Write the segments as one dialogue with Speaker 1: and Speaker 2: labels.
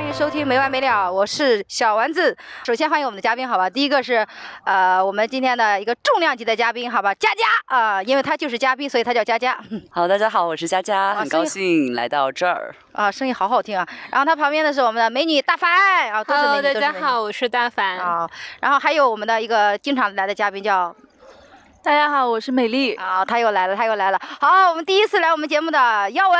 Speaker 1: 迎收听没完没了，我是小丸子。首先欢迎我们的嘉宾，好吧？第一个是，呃，我们今天的一个重量级的嘉宾，好吧？佳佳啊、因为她就是嘉宾，所以她叫佳佳。
Speaker 2: 好，大家好，我是佳佳，很
Speaker 1: 声音
Speaker 2: 高兴来到这儿。
Speaker 1: 啊，声音好好听啊！然后她旁边的是我们的美女大凡啊，都是美
Speaker 3: Hello，
Speaker 1: 女，
Speaker 3: 大
Speaker 1: 都是
Speaker 3: 家
Speaker 1: 美女
Speaker 3: 好，我是大凡。
Speaker 1: 啊。然后还有我们的一个经常来的嘉宾叫
Speaker 4: 大家好，我是美丽。
Speaker 1: 啊，她又来了，她又来了。好，我们第一次来我们节目的耀文，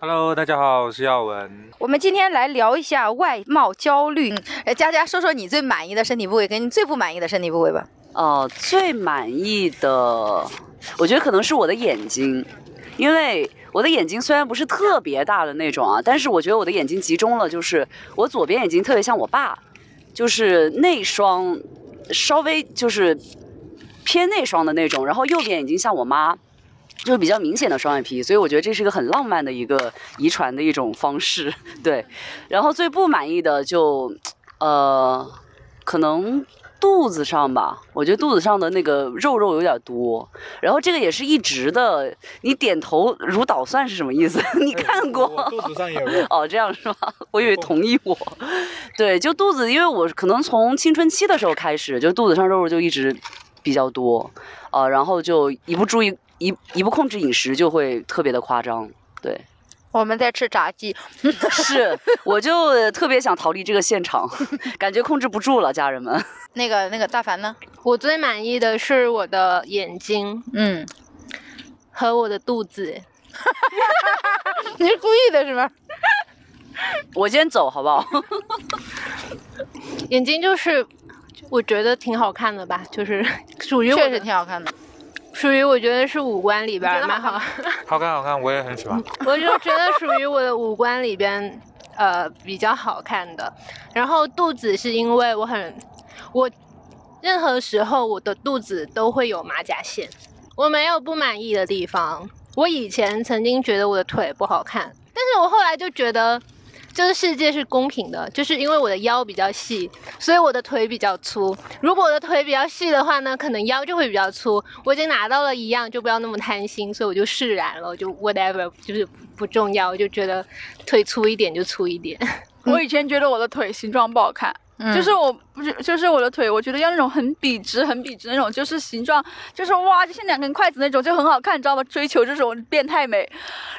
Speaker 5: Hello，大家好，我是耀文。
Speaker 1: 我们今天来聊一下外貌焦虑。嗯，佳佳说说你最满意的身体部位跟你最不满意的身体部位吧。
Speaker 2: 哦、最满意的，我觉得可能是我的眼睛，因为我的眼睛虽然不是特别大的那种啊，但是我觉得我的眼睛集中了，就是我左边眼睛特别像我爸，就是内双，稍微就是偏内双的那种，然后右边眼睛像我妈。就是比较明显的双眼皮，所以我觉得这是一个很浪漫的一个遗传的一种方式，对。然后最不满意的就，呃，可能肚子上吧，我觉得肚子上的那个肉肉有点多，然后这个也是一直的。你点头如捣蒜是什么意思？ 你看过？。
Speaker 5: 肚子上也有 肉
Speaker 2: 哦，这样是吧？我以为同意我。对，就肚子，因为我可能从青春期的时候开始，就肚子上肉肉就一直比较多，啊、然后就一不注意，一一不控制饮食就会特别的夸张。对，
Speaker 1: 我们在吃炸鸡，
Speaker 2: 是，我就特别想逃离这个现场， 感觉控制不住了，家人们。
Speaker 1: 那个那个大凡呢？
Speaker 3: 我最满意的是我的眼睛
Speaker 1: 嗯，
Speaker 3: 和我的肚子。
Speaker 1: 你是故意的是吗？
Speaker 2: 我今天走好不好？
Speaker 3: 眼睛就是我觉得挺好看的吧，就是 属于我
Speaker 1: 确实
Speaker 3: 的，
Speaker 1: 挺好看的。
Speaker 3: 属于我觉得是五官里边
Speaker 4: 你觉
Speaker 3: 儿
Speaker 4: 得
Speaker 3: 蛮
Speaker 4: 好
Speaker 3: 好，
Speaker 5: 好看，好看，我也很喜欢。
Speaker 3: 我就觉得属于我的五官里边呃比较好看的。然后肚子是因为我很我任何时候我的肚子都会有马甲线，我没有不满意的地方。我以前曾经觉得我的腿不好看，但是我后来就觉得，就是世界是公平的，就是因为我的腰比较细，所以我的腿比较粗。如果我的腿比较细的话呢，可能腰就会比较粗。我已经拿到了一样，就不要那么贪心，所以我就释然了，我就 whatever，就是不重要，我就觉得腿粗一点就粗一 点。
Speaker 4: 我以前觉得我的腿形状不好看，
Speaker 1: 嗯
Speaker 4: 就是我不是，就是我的腿，我觉得要那种很笔直、很笔直那种，就是形状，就是哇，就像两根筷子那种，就很好看，你知道吗？追求这种变态美。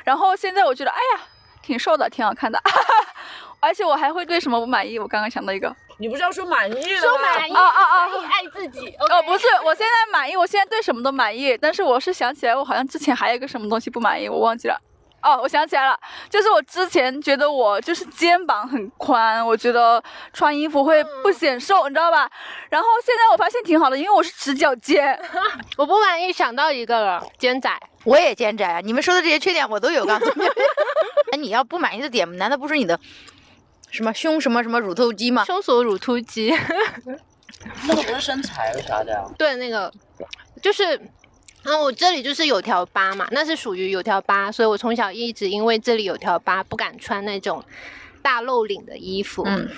Speaker 4: 然后现在我觉得，哎呀，挺瘦的，挺好看的。 而且我还会对什么不满意？我刚刚想到一个，
Speaker 6: 你不是要说满意了
Speaker 3: 都
Speaker 6: 吗？
Speaker 3: 满意，
Speaker 4: 啊啊啊
Speaker 3: 满意爱自己。
Speaker 4: 哦，不是，我现在满意，我现在对什么都满意，但是我是想起来，我好像之前还有一个什么东西不满意，我忘记了。哦，我想起来了，就是我之前觉得我就是肩膀很宽，我觉得穿衣服会不显瘦，你知道吧？然后现在我发现挺好的，因为我是直角肩，
Speaker 3: 我不满意，想到一个了，肩仔。
Speaker 1: 我也肩窄啊！你们说的这些缺点我都有。刚 才，哎，你要不满意的点，难道不是你的什么胸什么什么乳突肌吗？
Speaker 3: 胸锁乳突 肌，
Speaker 2: 那个不是身材了啥的呀、
Speaker 3: 对那个就是。啊，我这里就是有条疤嘛，那是属于有条疤，所以我从小一直因为这里有条疤，不敢穿那种大露领的衣服。
Speaker 1: 嗯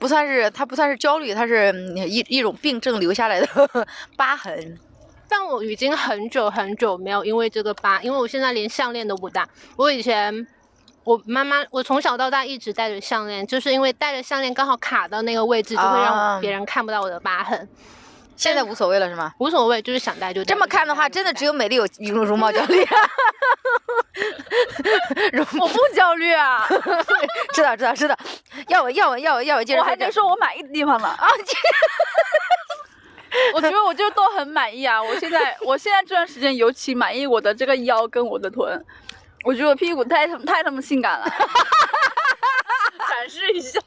Speaker 1: 不算是，它不算是焦虑，它是嗯一一种病症留下来的 疤痕。
Speaker 3: 但我已经很久很久没有因为这个疤，因为我现在连项链都不戴。我以前，我妈妈，我从小到大一直戴着项链，就是因为戴着项链刚好卡到那个位置，就会
Speaker 1: 啊
Speaker 3: 让别人看不到我的疤痕，
Speaker 1: 现在无所谓了是吗？
Speaker 3: 无所谓，就是想戴就戴。
Speaker 1: 这么看的话，
Speaker 3: 就
Speaker 1: 真的
Speaker 3: 戴
Speaker 1: 只
Speaker 3: 就
Speaker 1: 有美丽有有容貌焦虑。容
Speaker 4: 我不焦虑啊，
Speaker 1: 知道知道知道，要我要我要我要我接着
Speaker 4: 我还
Speaker 1: 这
Speaker 4: 能说我满意的地方呢。
Speaker 1: 啊，这
Speaker 4: 我觉得我就都很满意啊！我现在我现在这段时间尤其满意我的这个腰跟我的臀，我觉得我屁股太他妈太他妈性感了，
Speaker 6: 展示一下，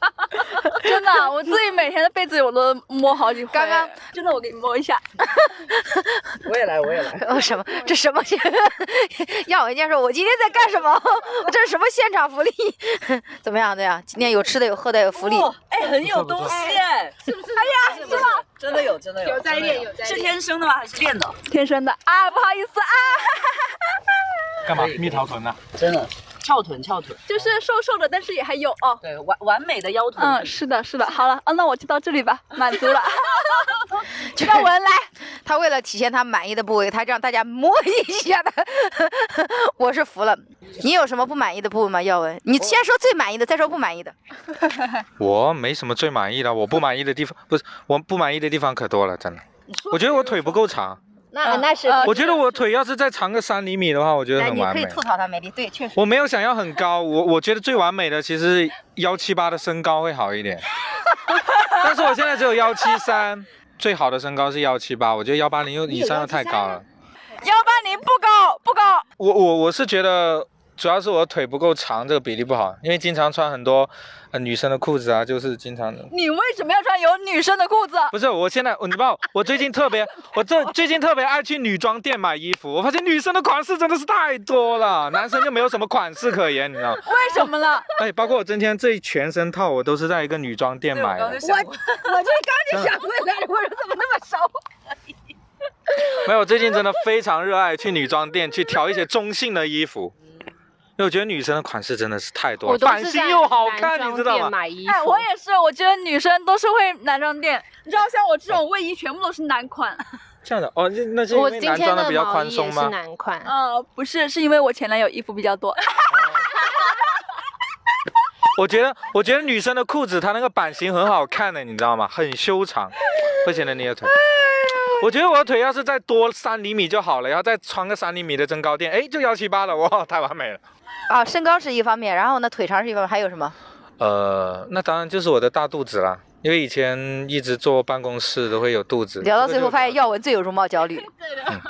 Speaker 4: 真的，啊我自己每天的被子我都摸好几回。
Speaker 1: 刚刚
Speaker 4: 真的，我给你摸一下，
Speaker 6: 我也来，我也来。
Speaker 1: 哦什么这什么？ 要我人家说我今天在干什么？我这是什么现场福利？ 怎么样怎么样？今天有吃的有喝的有福利。
Speaker 2: 哦，哎，很有
Speaker 5: 不错
Speaker 2: 东
Speaker 5: 不
Speaker 2: 西
Speaker 5: 错
Speaker 2: 哎，是不是？哎呀，是吗？真的有，真的有，
Speaker 3: 有在
Speaker 2: 真的
Speaker 3: 练有在
Speaker 2: 是
Speaker 3: 练
Speaker 2: 天生的吗？还是练的？
Speaker 4: 天生的啊，不好意思啊，
Speaker 5: 干嘛？蜜桃臀呐、啊
Speaker 2: 真的，翘臀，翘臀，
Speaker 4: 就是瘦瘦的，但是也还有哦。
Speaker 2: 对，完完美的腰臀。
Speaker 4: 嗯，是的，是的，好了，啊，那我就到这里吧，满足 了。让文来，
Speaker 1: 他 为了体现他满意的部位，他让大家摸一下他，我是服了。你有什么不满意的部分吗？耀文，你先说最满意的，再说不满意的。
Speaker 5: 我没什么最满意的，我不满意的地方不是我不满意的地方可多了，真的。我觉得我腿不够长，
Speaker 1: 那那是
Speaker 5: 我觉得我腿要是再长个三厘米的话，我觉得
Speaker 1: 来，
Speaker 5: 很
Speaker 1: 你
Speaker 5: 完
Speaker 1: 可以
Speaker 5: 美。
Speaker 1: 吐槽他美丽，对，确实。
Speaker 5: 我没有想要很高，我我觉得最完美的其实幺七八的身高会好一 点，但是我现在只有幺七三，最好的身高是幺七八，我觉得幺八零又以上又太高了。
Speaker 4: 幺八零不高不高，
Speaker 5: 我我我是觉得，主要是我腿不够长，这个比例不好，因为经常穿很多呃女生的裤子啊，就是经常的。
Speaker 4: 你为什么要穿有女生的裤子？
Speaker 5: 不是，我现在你知道，我最近特别，我这最近特别爱去女装店买衣服，我发现女生的款式真的是太多了，男生就没有什么款式可言，你知道吗？
Speaker 4: 为什么了？
Speaker 5: 哎，包括我今天这一全身套，我都是在一个女装店买的。
Speaker 1: 我就刚 就想问来，我说怎么那么熟？
Speaker 5: 没有，我最近真的非常热爱去女装店去挑一些中性的衣服，因为我觉得女生的款式真的是太
Speaker 3: 嗯
Speaker 5: 多
Speaker 3: 我
Speaker 5: 了，
Speaker 3: 都
Speaker 5: 版
Speaker 3: 是
Speaker 5: 型
Speaker 3: 在
Speaker 5: 又好
Speaker 3: 男
Speaker 5: 看，
Speaker 3: 装
Speaker 5: 你知道
Speaker 3: 店
Speaker 5: 吗？
Speaker 3: 买衣服，
Speaker 4: 哎，我也是，我觉得女生都是会男装店，你知道像我这种卫衣全部都是男款，
Speaker 5: 这样的哦，那那是因
Speaker 3: 我
Speaker 5: 为
Speaker 3: 今
Speaker 5: 男
Speaker 3: 天
Speaker 5: 装的比较
Speaker 3: 毛
Speaker 5: 宽
Speaker 3: 衣
Speaker 5: 松
Speaker 3: 也
Speaker 5: 吗
Speaker 3: 是？男款，
Speaker 4: 呃，不是，是因为我前男友衣服比较多，
Speaker 5: 我觉得，我觉得女生的裤子它那个版型很好看的，你知道吗？很修长，会显得你的
Speaker 3: 哎
Speaker 5: 腿。我觉得我的腿要是再多三厘米就好了，然后再穿个三厘米的增高垫，哎，就幺七八了，哇，太完美了。
Speaker 1: 啊，身高是一方面，然后呢，腿长是一方面，还有什么？
Speaker 5: 呃，那当然就是我的大肚子啦，因为以前一直坐办公室都会有肚子。
Speaker 1: 聊到
Speaker 5: 这
Speaker 1: 最
Speaker 5: 个
Speaker 1: 后
Speaker 5: 就
Speaker 1: 发现耀文最有容貌焦虑。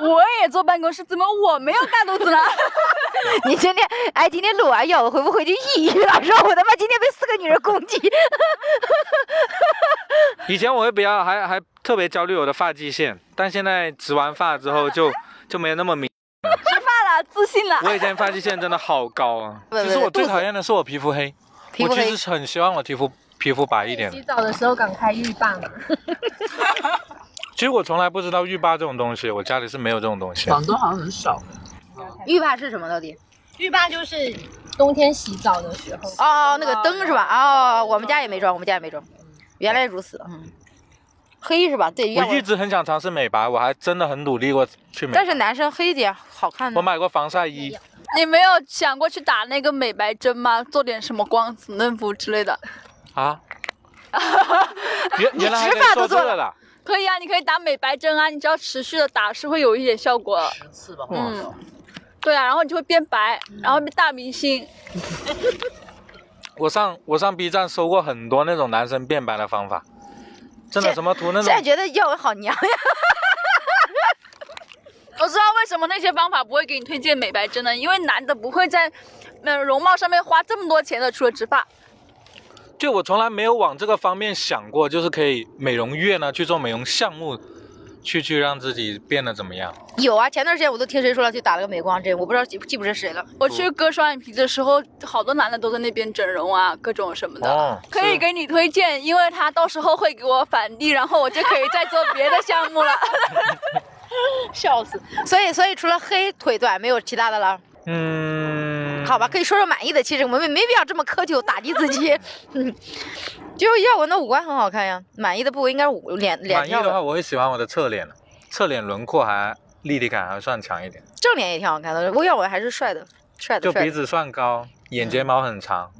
Speaker 4: 我也坐办公室，怎么我没有大肚 子呢？
Speaker 1: 你今天哎，今天录完耀文回不回去抑郁了？说我他妈今天被四个女人攻 击。
Speaker 5: 以前我会比较还还特别焦虑我的发际线，但现在植完发之后就就没有那么明。
Speaker 4: 怕了，自信了。
Speaker 5: 我以前发际线真的好高啊！
Speaker 1: 不不
Speaker 5: 其实我
Speaker 1: 肚
Speaker 5: 最
Speaker 1: 子
Speaker 5: 讨厌的是我皮肤黑，
Speaker 1: 皮肤
Speaker 5: 我
Speaker 1: 黑
Speaker 5: 其实很希望我皮肤皮肤白一点
Speaker 3: 洗
Speaker 5: 的。
Speaker 3: 澡的时候赶快浴霸嘛。
Speaker 5: 其实我从来不知道浴霸这种东西，我家里是没有这种东西。
Speaker 6: 广东好像很少。
Speaker 1: 浴霸是什么到底？
Speaker 3: 浴霸就是冬天洗澡的时候。
Speaker 1: 哦，那个灯是吧？哦，我们家也没装，我们家也没装。原来如此，嗯。黑是吧？对，
Speaker 5: 我
Speaker 1: 耀
Speaker 5: 一
Speaker 1: 文。
Speaker 5: 直很想尝试美白，我还真的很努力过去美
Speaker 1: 但
Speaker 5: 白。
Speaker 1: 是男生黑点好看
Speaker 5: 我
Speaker 1: 呢。
Speaker 5: 买过防晒衣，
Speaker 4: 你没有想过去打那个美白针吗？做点什么光子嫩肤之类的？
Speaker 5: 啊？原原来还
Speaker 1: 植
Speaker 5: 可以
Speaker 1: 发都
Speaker 5: 做这
Speaker 1: 做了
Speaker 5: 个的，
Speaker 4: 可以啊，你可以打美白针啊，你只要持续的打是会有一点效果。
Speaker 6: 十次吧，
Speaker 4: 嗯，对啊，然后你就会变白，然后变大明星。
Speaker 5: 我上我上 B 站搜过很多那种男生变白的方法，真的
Speaker 1: 这
Speaker 5: 什么涂那
Speaker 1: 现
Speaker 5: 种
Speaker 1: 在觉得耀文好娘呀。
Speaker 4: 我知道为什么那些方法不会给你推荐美白针呢？因为男的不会在，呃，容貌上面花这么多钱的，除了植发。
Speaker 5: 就我从来没有往这个方面想过，就是可以美容院啊呢去做美容项目，去去让自己变得怎么样？
Speaker 1: 有啊，前段时间我都听谁说了去打了个美光针，我不知道记记不是谁了。
Speaker 4: 我去割双眼皮的时候，好多男的都在那边整容啊，各种什么的，
Speaker 5: 哦
Speaker 4: 可以
Speaker 5: 是
Speaker 4: 给你推荐，因为他到时候会给我返利，然后我就可以再做别的项 目了。
Speaker 1: 笑死！所以，所以除了黑腿短，没有其他的了。
Speaker 5: 嗯，
Speaker 1: 好吧，，可以说说满意的。其实我们没没必要这么苛求打击自己。 嗯，就是耀文的五官很好看呀，满意的部位应该是五脸脸
Speaker 5: 满意
Speaker 1: 上
Speaker 5: 的
Speaker 1: 吧，
Speaker 5: 话，我会喜欢我的侧脸，侧脸轮廓还立体感还算强一点，
Speaker 1: 正脸也挺好看的。我耀文还是帅的，帅的
Speaker 5: 就
Speaker 1: 帅
Speaker 5: 鼻
Speaker 1: 的。
Speaker 5: 子算高，眼睫毛很长，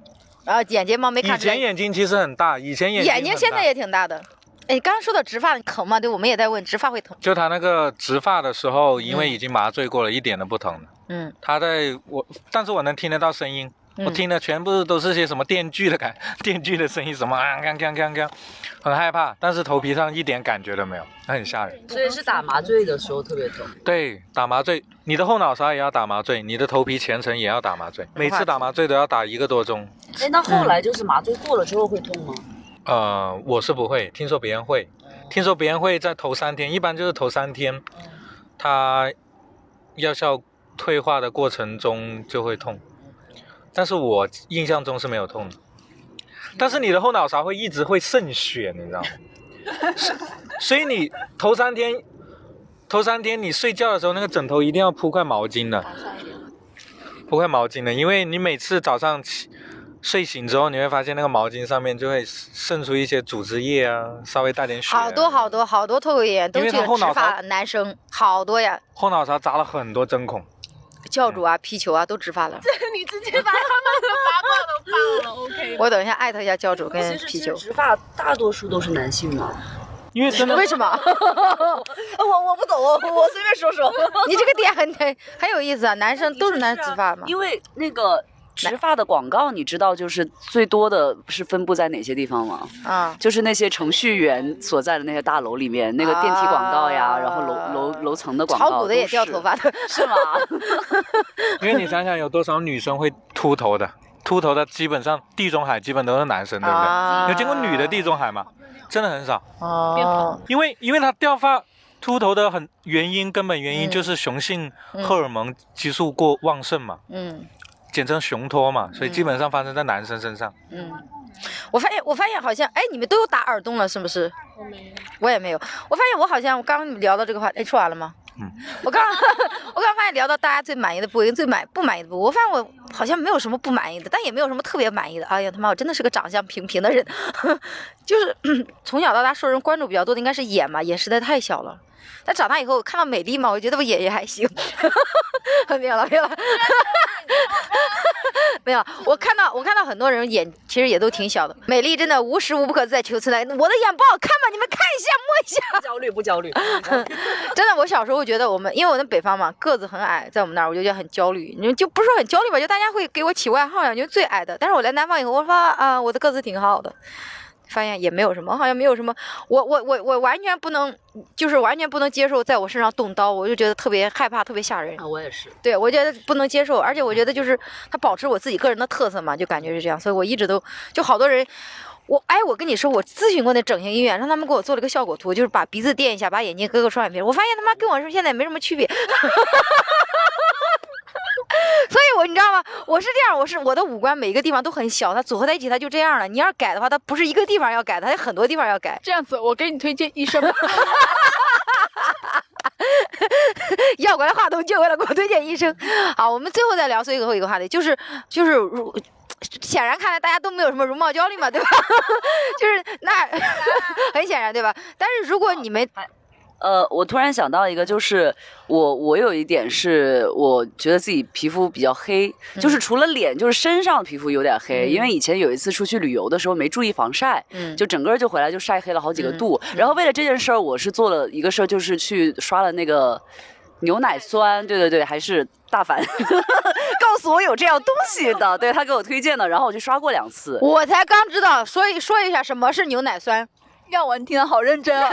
Speaker 1: 然后眼睫毛没
Speaker 5: 以
Speaker 1: 看出来，
Speaker 5: 前眼睛其实很大，以前眼睛
Speaker 1: 眼睛现在也挺大的。哎，刚刚说到植发疼吗？对，我们也在问植发会疼。
Speaker 5: 就他那个植发的时候，因为已经麻醉过了，一点都不疼了。
Speaker 1: 嗯，
Speaker 5: 他在我，但是我能听得到声音，
Speaker 1: 嗯
Speaker 5: 我听的全部都是些什么电锯的感， 电锯的声音，什么啊，锵锵锵锵，很害怕，但是头皮上一点感觉都没有，那很吓
Speaker 4: 嗯
Speaker 5: 人。
Speaker 6: 所以是打麻醉的时候特别 疼。
Speaker 5: 对，打麻醉，你的后脑勺也要打麻醉，你的头皮全程也要打麻醉，每次打麻醉都要打一个多钟。
Speaker 6: 哎，那后来就是麻醉过了之后会 痛吗？
Speaker 5: 呃，我是不会，听说别人会，听说别人会在头三天，一般就是头三天，它药效退化的过程中就会痛，但是我印象中是没有痛的。但是你的后脑勺会一直会渗血，你知道吗？所以你头三天，头三天你睡觉的时候，那个枕头一定要铺块毛巾的，铺块毛巾的，因为你每次早上起睡醒之后，你会发现那个毛巾上面就会渗出一些组织液啊，稍微带点血、
Speaker 1: 好多好。多好多脱口演员都
Speaker 5: 因为
Speaker 1: 去了
Speaker 5: 他后脑
Speaker 1: 植发，
Speaker 5: 勺
Speaker 1: 男生好多呀。
Speaker 5: 后脑勺扎了很多针孔，
Speaker 1: 教主啊、
Speaker 5: 嗯
Speaker 1: 皮球啊都植发了。
Speaker 3: 你直接把他们的八卦都爆了，OK 吗？
Speaker 1: 我等一下艾特一下教主跟
Speaker 6: 其实
Speaker 1: 皮
Speaker 6: 其实
Speaker 1: 球。
Speaker 6: 植发大多数都是男性嘛。
Speaker 5: 因为真的
Speaker 1: 为什么？
Speaker 6: 呃我我不懂，我随便说说。 哦
Speaker 1: 你这个点很很很有意思啊！男生都是男生植发吗？
Speaker 2: 因为那个植发的广告，你知道就是最多的是分布在哪些地方吗？
Speaker 1: 啊，
Speaker 2: 就是那些程序员所在的那些大楼里面，那个电梯广告呀，
Speaker 1: 啊
Speaker 2: 然后楼楼楼层的广告，
Speaker 1: 炒股的也掉头，发的，
Speaker 2: 是 吗？
Speaker 5: 因为你想想，有多少女生会秃头的？秃头的基本上地中海基本都是男生，对不对？
Speaker 1: 啊
Speaker 5: 有见过女的地中海吗？真的很少，
Speaker 1: 哦，
Speaker 5: 因为因为她掉发、秃头的很原因，根本原因
Speaker 1: 嗯
Speaker 5: 就是雄性荷尔蒙激素过旺盛嘛，
Speaker 1: 嗯
Speaker 5: 简称雄脱
Speaker 3: 嗯
Speaker 5: 嘛，所以基本上发生在男生身上。
Speaker 1: 嗯。我发现，我发现好像，哎，你们都有打耳洞了，是不是？
Speaker 3: 我没
Speaker 1: 我也没有。我发现我好像，我刚刚你们聊到这个话，哎，说完了吗？
Speaker 5: 嗯。
Speaker 1: 我刚，我刚发现聊到大家最满意的部位跟最满不满意的部位，我发现我好像没有什么不满意的，但也没有什么特别满意的。哎呀，他妈，我真的是个长相平平的人， 就是 嗯从小到大受人关注比较多的应该是眼嘛，眼实在太小了。但长大以后，我看到美丽嘛，我觉得我眼也还行。 没有了，没有了， 没有。我看到，我看到很多人眼其实也都挺小的。美丽真的无时无不刻在求存在，我的眼不好看吗？你们看一下，摸一下。
Speaker 6: 不焦虑不焦虑，
Speaker 1: 真的，我小时候觉得我们，因为我在北方嘛，个子很矮，在我们那儿我就觉得很焦虑，你就不是说很焦虑吧，就大家会给我起外号呀，你就最矮的。但是我来南方以后，我说啊、我的个子挺好的，发现也没有什么，好像没有什么，我我我我完全不能，就是完全不能接受在我身上动刀，我就觉得特别害怕，特别吓人。
Speaker 6: 啊，我也是。嗯
Speaker 1: 对，我觉得不能接受，而且我觉得就是他保持我自己个人的特色嘛，就感觉是这样，所以我一直都就好多人。我哎，我跟你说，我咨询过那整形医院，让他们给我做了个效果图，就是把鼻子垫一下，把眼睛割个双眼皮儿。我发现他妈跟我是现在没什么区别， 所以我你知道吗？我是这样，我是我的五官每一个地方都很小，它组合在一起它就这样了。你要是改的话，它不是一个地方要改的，它有很多地方要改。
Speaker 4: 这样子，我给你推荐医生吧。
Speaker 1: 要过来话筒就为了给我推荐医生。好，我们最后再聊最后一个话题，就是就是如。显然看来大家都没有什么容貌焦虑嘛，对吧？ 就是那 很显然对吧？但是如果你们
Speaker 2: 呃，我突然想到一个，就是我我有一点是，我觉得自己皮肤比较黑，
Speaker 1: 嗯
Speaker 2: 就是除了脸，就是身上皮肤有点黑，因为以前有一次出去旅游的时候没注意防晒，
Speaker 1: 嗯
Speaker 2: 就整个就回来就晒黑了好几个
Speaker 3: 嗯
Speaker 2: 度。然后为了这件事儿，我是做了一个事儿，就是去刷了那个牛奶酸，对对对，还是大凡 告诉我有这样东西的，对他给我推荐的，然后我去刷过两次。
Speaker 1: 我才刚知道，说一说一下什么是牛奶酸，
Speaker 4: 耀文听得好认真 啊，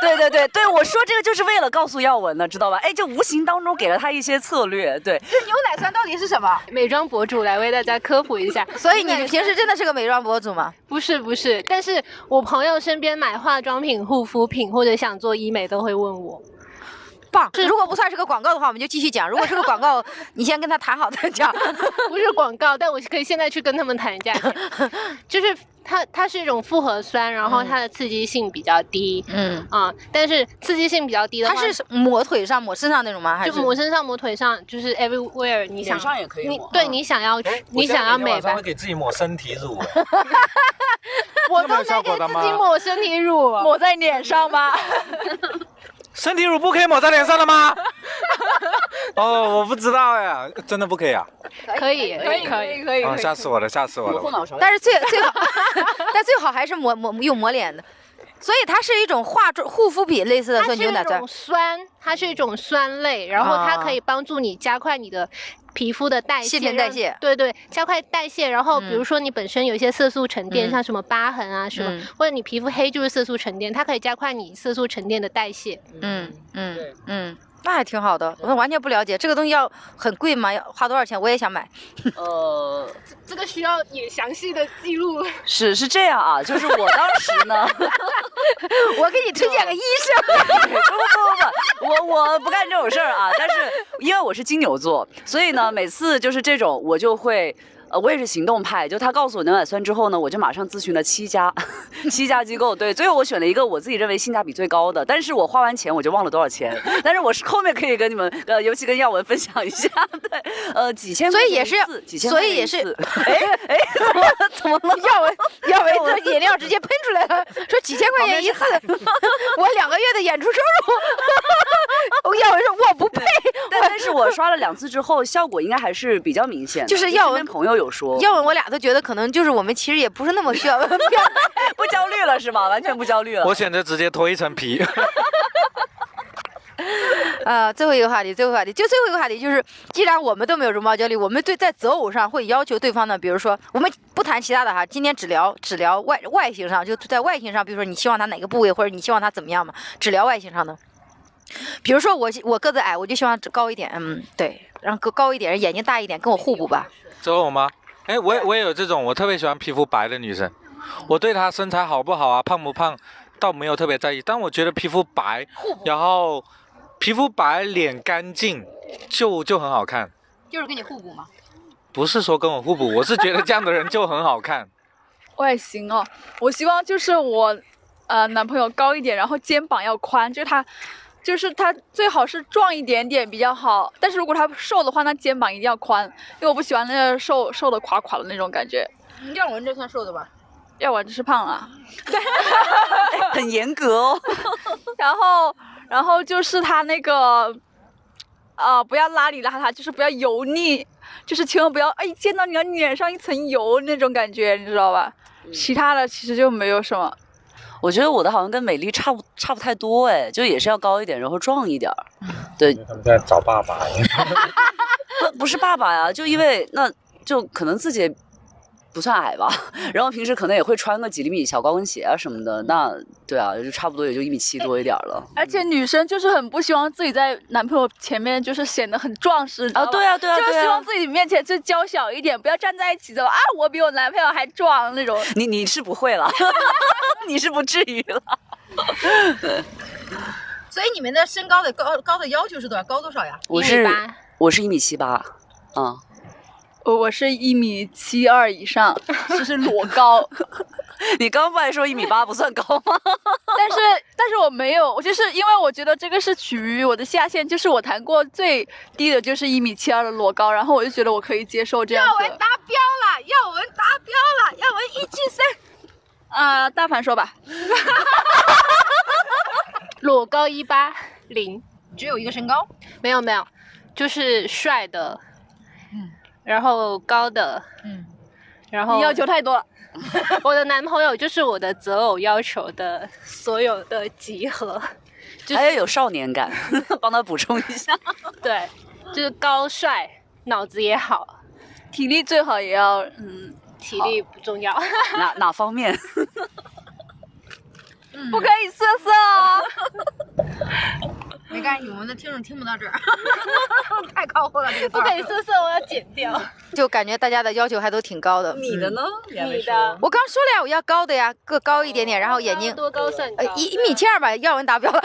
Speaker 2: 对对对对，我说这个就是为了告诉耀文的，知道吧？哎，就无形当中给了他一些策略，对。
Speaker 1: 这牛奶酸到底是什么？
Speaker 3: 美妆博主来为大家科普一下，
Speaker 1: 所以你平时真的是个美妆博主吗？
Speaker 3: 不是不是，但是我朋友身边买化妆品、护肤品或者想做医美都会问我，
Speaker 1: 棒！如果不算是个广告的话，我们就继续讲；如果是个广 告，你先跟他谈好再讲。
Speaker 3: 不是广告，但我可以现在去跟他们谈价钱， 就是它它是一种复合酸，然
Speaker 4: 嗯
Speaker 3: 后它的刺激性比较低
Speaker 1: 嗯，
Speaker 3: 啊、但是刺激性比较低的话，
Speaker 1: 他是抹腿上、抹身上那种吗？还是
Speaker 3: 就抹身上、抹腿上，就是 everywhere 你想
Speaker 6: 脸上也可以
Speaker 3: 你
Speaker 6: 抹
Speaker 3: 对
Speaker 6: 嗯
Speaker 3: 你想要去
Speaker 5: 哎我
Speaker 3: 你
Speaker 5: 现在
Speaker 3: 想要
Speaker 5: 每天
Speaker 3: 美
Speaker 5: 晚上
Speaker 3: 白
Speaker 5: 会，给自己抹身体乳，
Speaker 3: 我
Speaker 5: 这
Speaker 3: 都
Speaker 5: 么有
Speaker 3: 在
Speaker 5: 效
Speaker 3: 给
Speaker 5: 果的
Speaker 3: 自己
Speaker 5: 吗
Speaker 3: 抹身体乳，
Speaker 4: 抹在脸上吧。
Speaker 5: 身体乳不可以抹在脸上的吗？ 哦，我不知道哎，真的不可以啊！
Speaker 3: 可以
Speaker 4: 可以可以可以
Speaker 5: 啊，吓死我了，吓死我
Speaker 6: 我后
Speaker 5: 了！
Speaker 6: 脑勺
Speaker 1: 但是最最 好， 但最好还是抹抹用抹脸的。所以它是一种化妆护肤品类似的，
Speaker 3: 它
Speaker 1: 说
Speaker 3: 是
Speaker 1: 牛奶
Speaker 3: 一
Speaker 1: 酸
Speaker 3: 种酸，它是一种酸类，然后
Speaker 1: 啊
Speaker 3: 它可以帮助你加快你的皮肤的代谢，
Speaker 1: 新陈代谢
Speaker 3: 让对对，加快代谢。然后比
Speaker 1: 嗯
Speaker 3: 如说你本身有一些色素沉淀，
Speaker 1: 嗯
Speaker 3: 像什么疤痕啊什么，
Speaker 1: 嗯
Speaker 3: 或者你皮肤黑就是色素沉淀，它可以加快你色素沉淀的代谢。
Speaker 1: 嗯嗯
Speaker 6: 对
Speaker 1: 嗯，那还挺好的。我完全不了解这个东西要很贵吗？要花多少钱？我也想买。
Speaker 2: 呃，
Speaker 3: 这个需要也详细的记录。
Speaker 2: 是是这样啊，就是我当时呢，不
Speaker 1: 我给你推荐个医生。
Speaker 2: 不不不，我我不干这种事儿啊。但是因为我是金牛座，所以呢，每次就是这种，我就会。呃，我也是行动派，就他告诉我牛奶酸之后呢，我就马上咨询了七家， 七家机构，对，最后我选了一个我自己认为性价比最高的，但是我花完钱我就忘了多少钱，但是我是后面可以跟你们，呃，尤其跟耀文分享一下，对，呃，几千块
Speaker 1: 所以
Speaker 2: 钱
Speaker 1: 也
Speaker 2: 一
Speaker 1: 是
Speaker 2: 次几千
Speaker 1: 所以
Speaker 2: 块钱
Speaker 1: 也
Speaker 2: 一
Speaker 1: 是
Speaker 2: 次哎哎，怎么了怎么了？
Speaker 1: 要文要文这 饮料直接喷 出来了，说几千块钱一次，我两个月的演出收入。 我要我说我不配，
Speaker 2: 但但是我刷了两次之后，效果应该还是比较明显的。
Speaker 1: 就是
Speaker 2: 身
Speaker 1: 要
Speaker 2: 边朋友有说，
Speaker 1: 要不我俩都觉得可能就是我们其实也不是那么需要 标
Speaker 2: 不焦虑了是 吗？完全不焦虑了。
Speaker 5: 我选择直接脱一层 皮。
Speaker 1: 呃，最后一个话题，最后一个话题，就最后一个话题就是，既然我们都没有容貌焦虑，我们对在择偶上会要求对方呢，比如说我们不谈其他的哈，今天只聊只聊外外形上，就在外形上，比如说你希望他哪个部位，或者你希望他怎么样嘛，只聊外形上的。比如说我我个子矮，我就希望高一点，嗯，对，然后高高一点，眼睛大一点，跟我互补吧。
Speaker 5: 择偶吗？哎，我也我也有这种，我特别喜欢皮肤白的女生，我对她身材好不好啊，胖不胖，倒没有特别在意，但我觉得皮肤白，然后皮肤白，脸干净，就就很好看。
Speaker 1: 就是跟你互补嘛。
Speaker 5: 不是说跟我互补，我是觉得这样的人就很好看。
Speaker 4: 外形哦，我希望就是我，呃，男朋友高一点，然后肩膀要宽，就是他，就是他最好是壮一点点比较好。但是如果他瘦的话，那肩膀一定要宽，因为我不喜欢那个瘦瘦的垮垮的那种感觉。
Speaker 1: 廖文这算瘦的吧？
Speaker 4: 要不然就是胖啊了。
Speaker 2: 很严格 哦。
Speaker 4: 然后，然后就是他那个，啊，不要邋里邋遢，就是不要油腻，就是千万不要哎，见到你要脸上一层油那种感觉，你知道吧？
Speaker 1: 嗯
Speaker 4: 其他的其实就没有什么。
Speaker 2: 我觉得我的好像跟美丽差不差不太多哎，就也是要高一点，然后壮一点儿。对，
Speaker 5: 他们在找爸爸。
Speaker 2: 不不是爸爸呀，就因为那就可能自己也不算矮吧， 然后平时可能也会穿个几厘米小高跟鞋啊什么的。那对啊，就差不多也就一米七多一点儿了。
Speaker 4: 而且女生就是很不希望自己在男朋友前面就是显得很壮实，
Speaker 2: 啊，对
Speaker 4: 啊。
Speaker 2: 啊，对啊，
Speaker 4: 就是
Speaker 2: 对
Speaker 4: 希望
Speaker 2: 啊。
Speaker 4: 自己面前就娇小一点，不要站在一起的啊，我比我男朋友还壮那种。
Speaker 2: 你你是不会了， 你是不至于了。
Speaker 1: 所以你们的身高的高高的要求是多少？高多少呀？
Speaker 2: 我
Speaker 3: 一米
Speaker 2: 是
Speaker 3: 八
Speaker 2: 我是一米七八，嗯，
Speaker 4: 我我是一米七二以 上，就是裸高，
Speaker 2: 你刚不还说一米八不算高吗？
Speaker 4: 但是但是我没有，我就是因为我觉得这个是取于我的下限，就是我谈过最低的就是一米七二的裸高，然后我就觉得我可以接受这样子。
Speaker 1: 达标了，耀文达标了，耀文一七三。
Speaker 4: 啊、大盘说吧，
Speaker 3: 裸高一八零，
Speaker 1: 只有一个身高，
Speaker 3: 没有没有，就是帅的，然后高的，
Speaker 1: 嗯
Speaker 3: 然后
Speaker 4: 你要求太多了。
Speaker 3: 我的男朋友就是我的择偶要求的所有的集合，就是
Speaker 2: 还要有少年感， 帮他补充一 下。
Speaker 3: 对，就是高帅，脑子也好，
Speaker 4: 体力最好也要，嗯，
Speaker 3: 体力不重要。
Speaker 2: 哪哪方面？
Speaker 4: 不可以色色啊。
Speaker 1: 没关系，我们的听众听不到 这儿，太靠后了这个
Speaker 3: 不可以色色，我要剪 掉。
Speaker 1: 就感觉大家的要求还都挺高的。 嗯
Speaker 2: 你的呢？
Speaker 3: 你的
Speaker 1: 我刚说了呀，我要高的呀，个哦高哦一点点，然后眼睛
Speaker 3: 多高算高
Speaker 1: 呃？一一米七二吧，耀文达标了，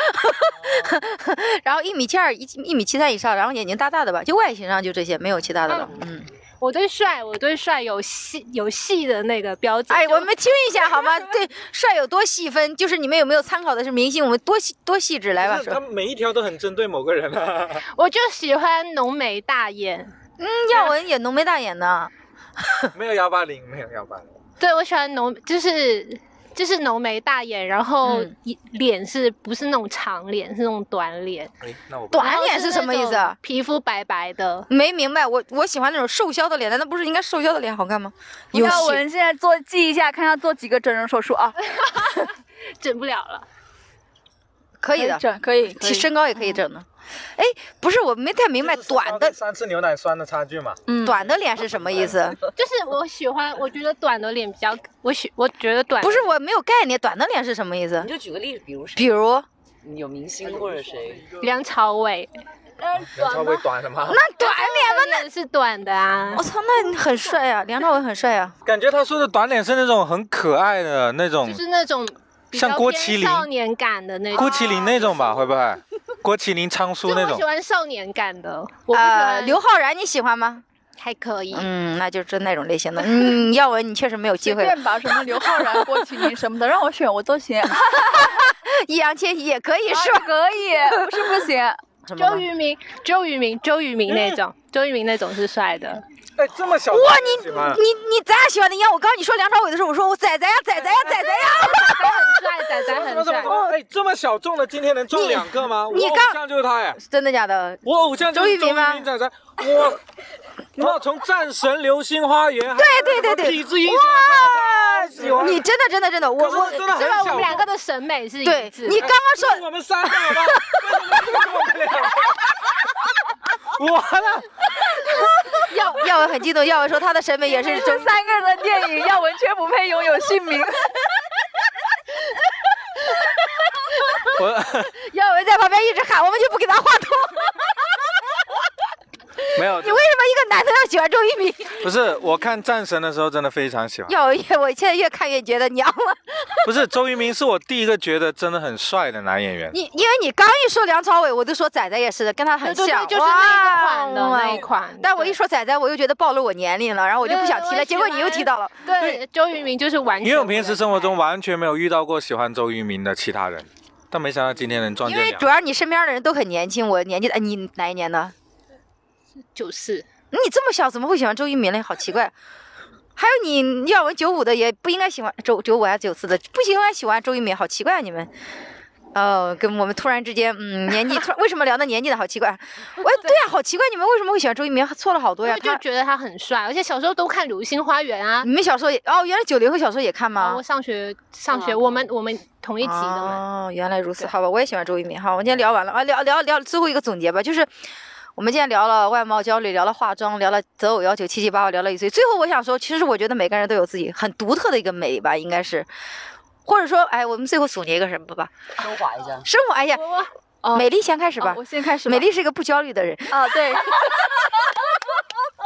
Speaker 1: 然后一米七二一一米七三以上，然后眼睛大大的吧，就外形上就这些，没有其他的了。嗯，
Speaker 3: 我对帅，我对帅有细有细的那个标准。
Speaker 1: 哎，
Speaker 3: 就
Speaker 1: 我们听一下好吗？对，帅有多细分，就是你们有没有参考的是明星，我们多细多细致 来吧。说，
Speaker 5: 每一条都很针对某个人啊。
Speaker 3: 我就喜欢浓眉大眼，
Speaker 1: 嗯耀文也浓眉大眼呢，
Speaker 5: 没有幺八零，没有幺八零。
Speaker 3: 对我喜欢浓，就是就是浓眉大眼，然后
Speaker 1: 嗯
Speaker 3: 一脸是不是那种长脸，是那种短脸。
Speaker 5: 哎，那我
Speaker 1: 短脸是什么意思？啊？？
Speaker 3: 皮肤白白的，
Speaker 1: 没明白，我我喜欢那种瘦削的脸，难道不是应该瘦削的脸好看吗？有
Speaker 4: 耀
Speaker 1: 戏
Speaker 4: 文现在做记一下，看他做几个整容手术啊？
Speaker 1: 哎
Speaker 3: 整不了了。
Speaker 1: 可以的，
Speaker 4: 整可以。可
Speaker 1: 其
Speaker 4: 以
Speaker 1: 身高也可以整的。哎，不是，我没太明白短的
Speaker 5: 三次牛奶酸的差距嘛。
Speaker 4: 嗯，
Speaker 1: 短的脸是什么意思？
Speaker 3: 就是我喜欢，我觉得短的脸比较，我喜我觉得短
Speaker 1: 不是，我没有概念，短的脸是什么意思
Speaker 2: 你？就举个例子，比如
Speaker 1: 比如
Speaker 2: 有明星或者谁，
Speaker 3: 梁朝伟，
Speaker 5: 稍微短的吗？
Speaker 1: 那短脸，
Speaker 3: 他脸是短的啊
Speaker 1: 我，操，那你很帅呀、梁朝伟很帅啊呀、
Speaker 5: 感觉他说的短脸是那种很可爱的那种，
Speaker 3: 哦就是那种比较
Speaker 5: 像郭
Speaker 3: 偏
Speaker 5: 麒麟
Speaker 3: 少年感的那种。
Speaker 5: 郭麒麟那种
Speaker 1: 啊
Speaker 5: 吧，会不 会？郭麒麟、仓
Speaker 3: 就
Speaker 5: 叔那
Speaker 3: 我
Speaker 5: 种
Speaker 3: 喜。欢少年感的，我不喜
Speaker 1: 呃，
Speaker 3: 欢
Speaker 1: 刘昊然你喜欢吗？
Speaker 3: 还可以。
Speaker 1: 嗯，那就是那种类型的。嗯，耀文你确实没有机
Speaker 4: 随
Speaker 1: 会。
Speaker 4: 便吧，什么刘昊然、郭麒麟什么的，让我选我都 行。
Speaker 1: 易烊千玺也可以是
Speaker 4: 啊
Speaker 1: 吧？
Speaker 4: 可以，不是不行。
Speaker 1: 什么呢
Speaker 3: 周渝民，周渝民，周渝民那
Speaker 5: 嗯
Speaker 3: 种，周渝民那种是帅 的。
Speaker 5: 哎，这么小
Speaker 1: 哇，你你你咱俩喜欢的一样。我刚刚你说梁朝伟的时候，我说我仔仔呀仔仔呀仔仔呀，
Speaker 3: 仔仔很帅，仔仔
Speaker 1: 还很
Speaker 5: 怎么
Speaker 1: 帅
Speaker 5: 怎。么？哎，这么小众的，今天能中两个吗？我
Speaker 1: 哦你
Speaker 5: 偶
Speaker 1: 刚
Speaker 5: 像就是他哎，
Speaker 1: 真的假的？
Speaker 5: 我偶像就是
Speaker 1: 周渝
Speaker 5: 周渝
Speaker 1: 民啊吗
Speaker 5: 民仔仔，我那从《战神》《流星花园》对
Speaker 1: 对对对
Speaker 5: 痞子英雄我太喜欢了，
Speaker 1: 你真的真的真的，我
Speaker 5: 啊可是
Speaker 1: 我
Speaker 5: 真的
Speaker 3: 对
Speaker 5: 很
Speaker 3: 吧？我们
Speaker 5: 小众。
Speaker 3: 两个的审美是一
Speaker 1: 对
Speaker 3: 致的。
Speaker 1: 你刚刚
Speaker 5: 是
Speaker 1: 说
Speaker 5: 我们三个好吧？ 为什么是我们 俩？完了，
Speaker 1: 耀耀文很激动，耀文说他的审美也是中
Speaker 4: 这三个人的电影，要文缺不配拥有姓名。
Speaker 5: 我
Speaker 1: 耀文在旁边一直喊，我们就不给他话筒。
Speaker 5: 没有
Speaker 1: 你，为什么一个男的要喜欢周渝民？
Speaker 5: 不是我看《战神》的时候真的非常喜欢，
Speaker 1: 耀文越我现在越看越觉得娘了。
Speaker 5: 不是周渝民是我第一个觉得真的很帅的男演员。
Speaker 1: 你因为你刚一说梁朝伟，我就说仔仔也是的，跟他很
Speaker 3: 对对对
Speaker 1: 像，
Speaker 3: 就是那一款的
Speaker 1: 哇哦，oh
Speaker 3: 那一款。
Speaker 1: 但我
Speaker 3: 对
Speaker 1: 一说仔仔，我又觉得暴露我年龄了，然后我就不想提
Speaker 3: 对我
Speaker 1: 了。
Speaker 3: 也
Speaker 1: 结果
Speaker 3: 喜
Speaker 1: 你又提
Speaker 3: 欢嗯
Speaker 1: 到了，
Speaker 3: 对周渝民就是完全，
Speaker 5: 因为我平时生活中，完全没有遇到过喜欢周渝民的其他人，但没想到今天能撞
Speaker 1: 因
Speaker 5: 见
Speaker 1: 为
Speaker 5: 两
Speaker 1: 主
Speaker 5: 个。
Speaker 1: 要你身边的人都很年轻，我年纪大，哎你哪一年的？
Speaker 3: 九四
Speaker 1: 你这么小怎么会喜欢周渝民嘞？好奇怪。 还有你耀文九五的也不应该喜欢周九五还是九四的，不应该喜欢周渝民，好奇怪啊你们。哦，跟我们突然之间，嗯，年纪突然为什么聊到年纪呢？好奇怪。我对呀、好奇怪，你们为什么会喜欢周渝民？错了好多
Speaker 3: 因
Speaker 1: 呀
Speaker 3: 为。就
Speaker 1: 他
Speaker 3: 觉得他很帅，而且小时候都看《流星花园》啊。
Speaker 1: 你们小时候也哦，原来九零后小时候也看吗？
Speaker 3: 哦我上学上学，
Speaker 2: 啊
Speaker 3: 我们我们同一级的嘛。
Speaker 1: 哦，原来如此，
Speaker 3: 对
Speaker 1: 好吧，我也喜欢周渝民。好，我们今天聊完了啊，聊聊聊最后一个总结吧，就是我们今天聊了外貌焦虑，聊了化妆，聊了择偶要求，七七八八聊了一堆。最后我想说，其实我觉得每个人都有自己很独特的一个美吧，应该是，或者说，哎，我们最后总结一个什么吧？
Speaker 6: 升华一下。
Speaker 1: 生活，哎呀，
Speaker 3: 我
Speaker 4: 哦
Speaker 1: 美丽先开始吧
Speaker 4: 哦。我先开始吧。
Speaker 1: 美丽是一个不焦虑的人，
Speaker 4: 啊，对。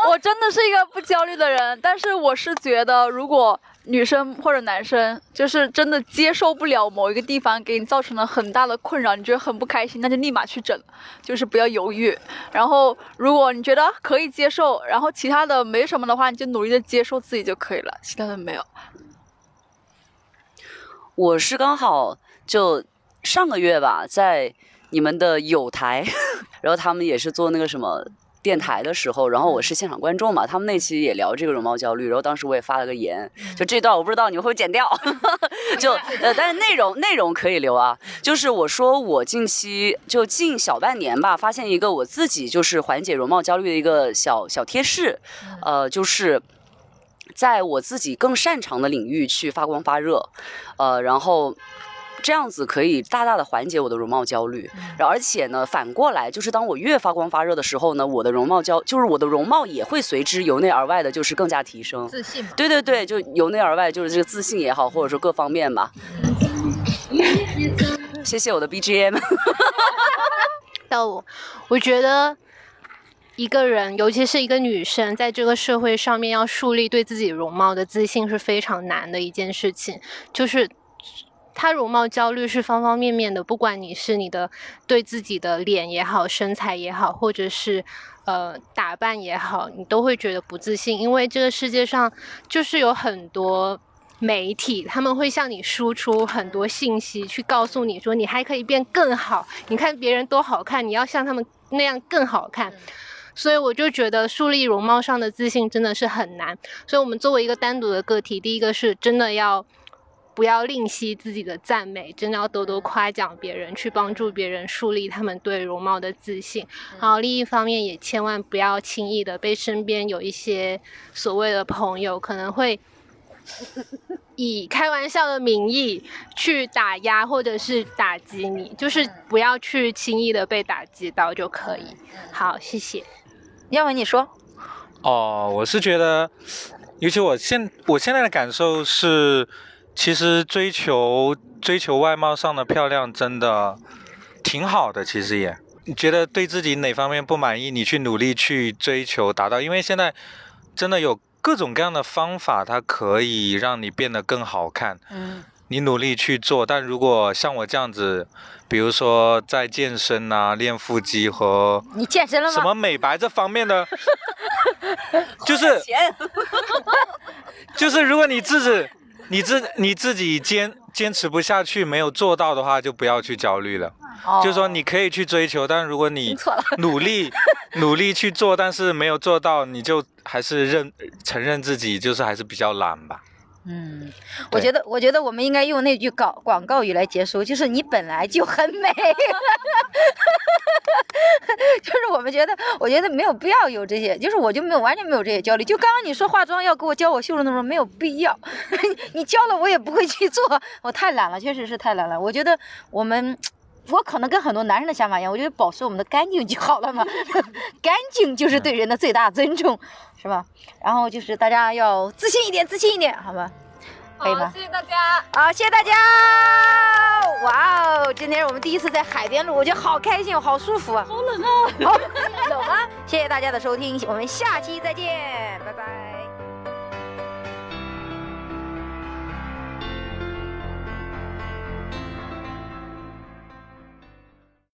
Speaker 4: 我真的是一个不焦虑的人，但是我是觉得，如果女生或者男生就是真的接受不了某一个地方给你造成了很大的困扰，你觉得很不开心，那就立马去整，就是不要犹豫。然后，如果你觉得可以接受，然后其他的没什么的话，你就努力的接受自己就可以了，其他的没有。
Speaker 2: 我是刚好就上个月吧，在你们的友台， 然后他们也是做那个什么。电台的时候，然后我是现场观众嘛，他们那期也聊这个容貌焦虑，然后当时我也发了个言，就这段我不知道你们会不会剪掉，就呃，但是内容内容可以留啊。就是我说我近期就近小半年吧，发现一个我自己就是缓解容貌焦虑的一个小小贴士，呃，就是在我自己更擅长的领域去发光发热，呃，然后。这样子可以大大的缓解我的容貌焦虑，
Speaker 1: 嗯
Speaker 2: 然后而且呢，反过来就是当我越发光发热的时候呢，我的容貌焦就是我的容貌也会随之由内而外的，就是更加提升。
Speaker 1: 自信嘛。
Speaker 2: 对对对，就由内而外，就是这个自信也好，或者说各方面吧。
Speaker 1: 嗯
Speaker 2: 谢谢我的 BGM，
Speaker 3: 到我，我觉得一个人，尤其是一个女生，在这个社会上面要树立对自己容貌的自信是非常难的一件事情，就是。她容貌焦虑是方方面面的，不管你是你的对自己的脸也好、身材也好，或者是呃打扮也好，你都会觉得不自信，因为这个世界上就是有很多媒体，他们会向你输出很多信息，去告诉你说你还可以变更好。你看别人多好看，你要像他们那样更好看。所以我就觉得树立容貌上的自信真的是很难。所以我们作为一个单独的个体，第一个是真的要。不要吝惜自己的赞美，真的要多多夸奖别人，去帮助别人树立他们对容貌的自信。然后另一方面，也千万不要轻易的被身边有一些所谓的朋友可能会以开玩笑的名义去打压或者是打击你，就是不要去轻易的被打击到就可以。好，谢谢。
Speaker 1: 要么你说，
Speaker 5: 哦，我是觉得，尤其我现我现在的感受是，其实追求追求外貌上的漂亮真的挺好的，其实也。你觉得对自己哪方面不满意，你去努力去追求达到，因为现在真的有各种各样的方法，它可以让你变得更好看。
Speaker 1: 嗯，
Speaker 5: 你努力去做，但如果像我这样子，比如说在健身啊、练腹肌和
Speaker 1: 你健身了
Speaker 5: 什
Speaker 1: 吗？
Speaker 5: 么美白这方 面的，就是就是如果你自己你自你自己坚坚持不下去，没有做到的话，就不要去焦虑了。
Speaker 1: 哦
Speaker 5: 就是说你可以去追求，但如果你
Speaker 1: 错了
Speaker 5: 努力努力去做，但是没有做到，你就还是认承认自己就是还是比较懒吧。
Speaker 1: 嗯，我
Speaker 5: 对
Speaker 1: 觉得，我觉得我们应该用那句广广告语来结束，就是你本来就很美， 就是我们觉得，我觉得没有必要有这些，就是我就没有完全没有这些焦虑。就刚刚你说化妆要给我教我修容的时候，没有必要， 你教了我也不会去做，我太懒了，确实是太懒了。我觉得我们。我可能跟很多男人的想法一样，我觉得保持我们的干净就好了嘛， 干净就是对人的最大尊重，是吧？然后就是大家要自信一点，自信一点，好吗？可以吗
Speaker 4: 好，谢谢大家。
Speaker 1: 好，谢谢大家！哇哦，今天是我们第一次在海边录，我觉得好开心，好舒服啊！好冷啊！好冷啊！谢谢大家的收听，我们下期再见，拜拜。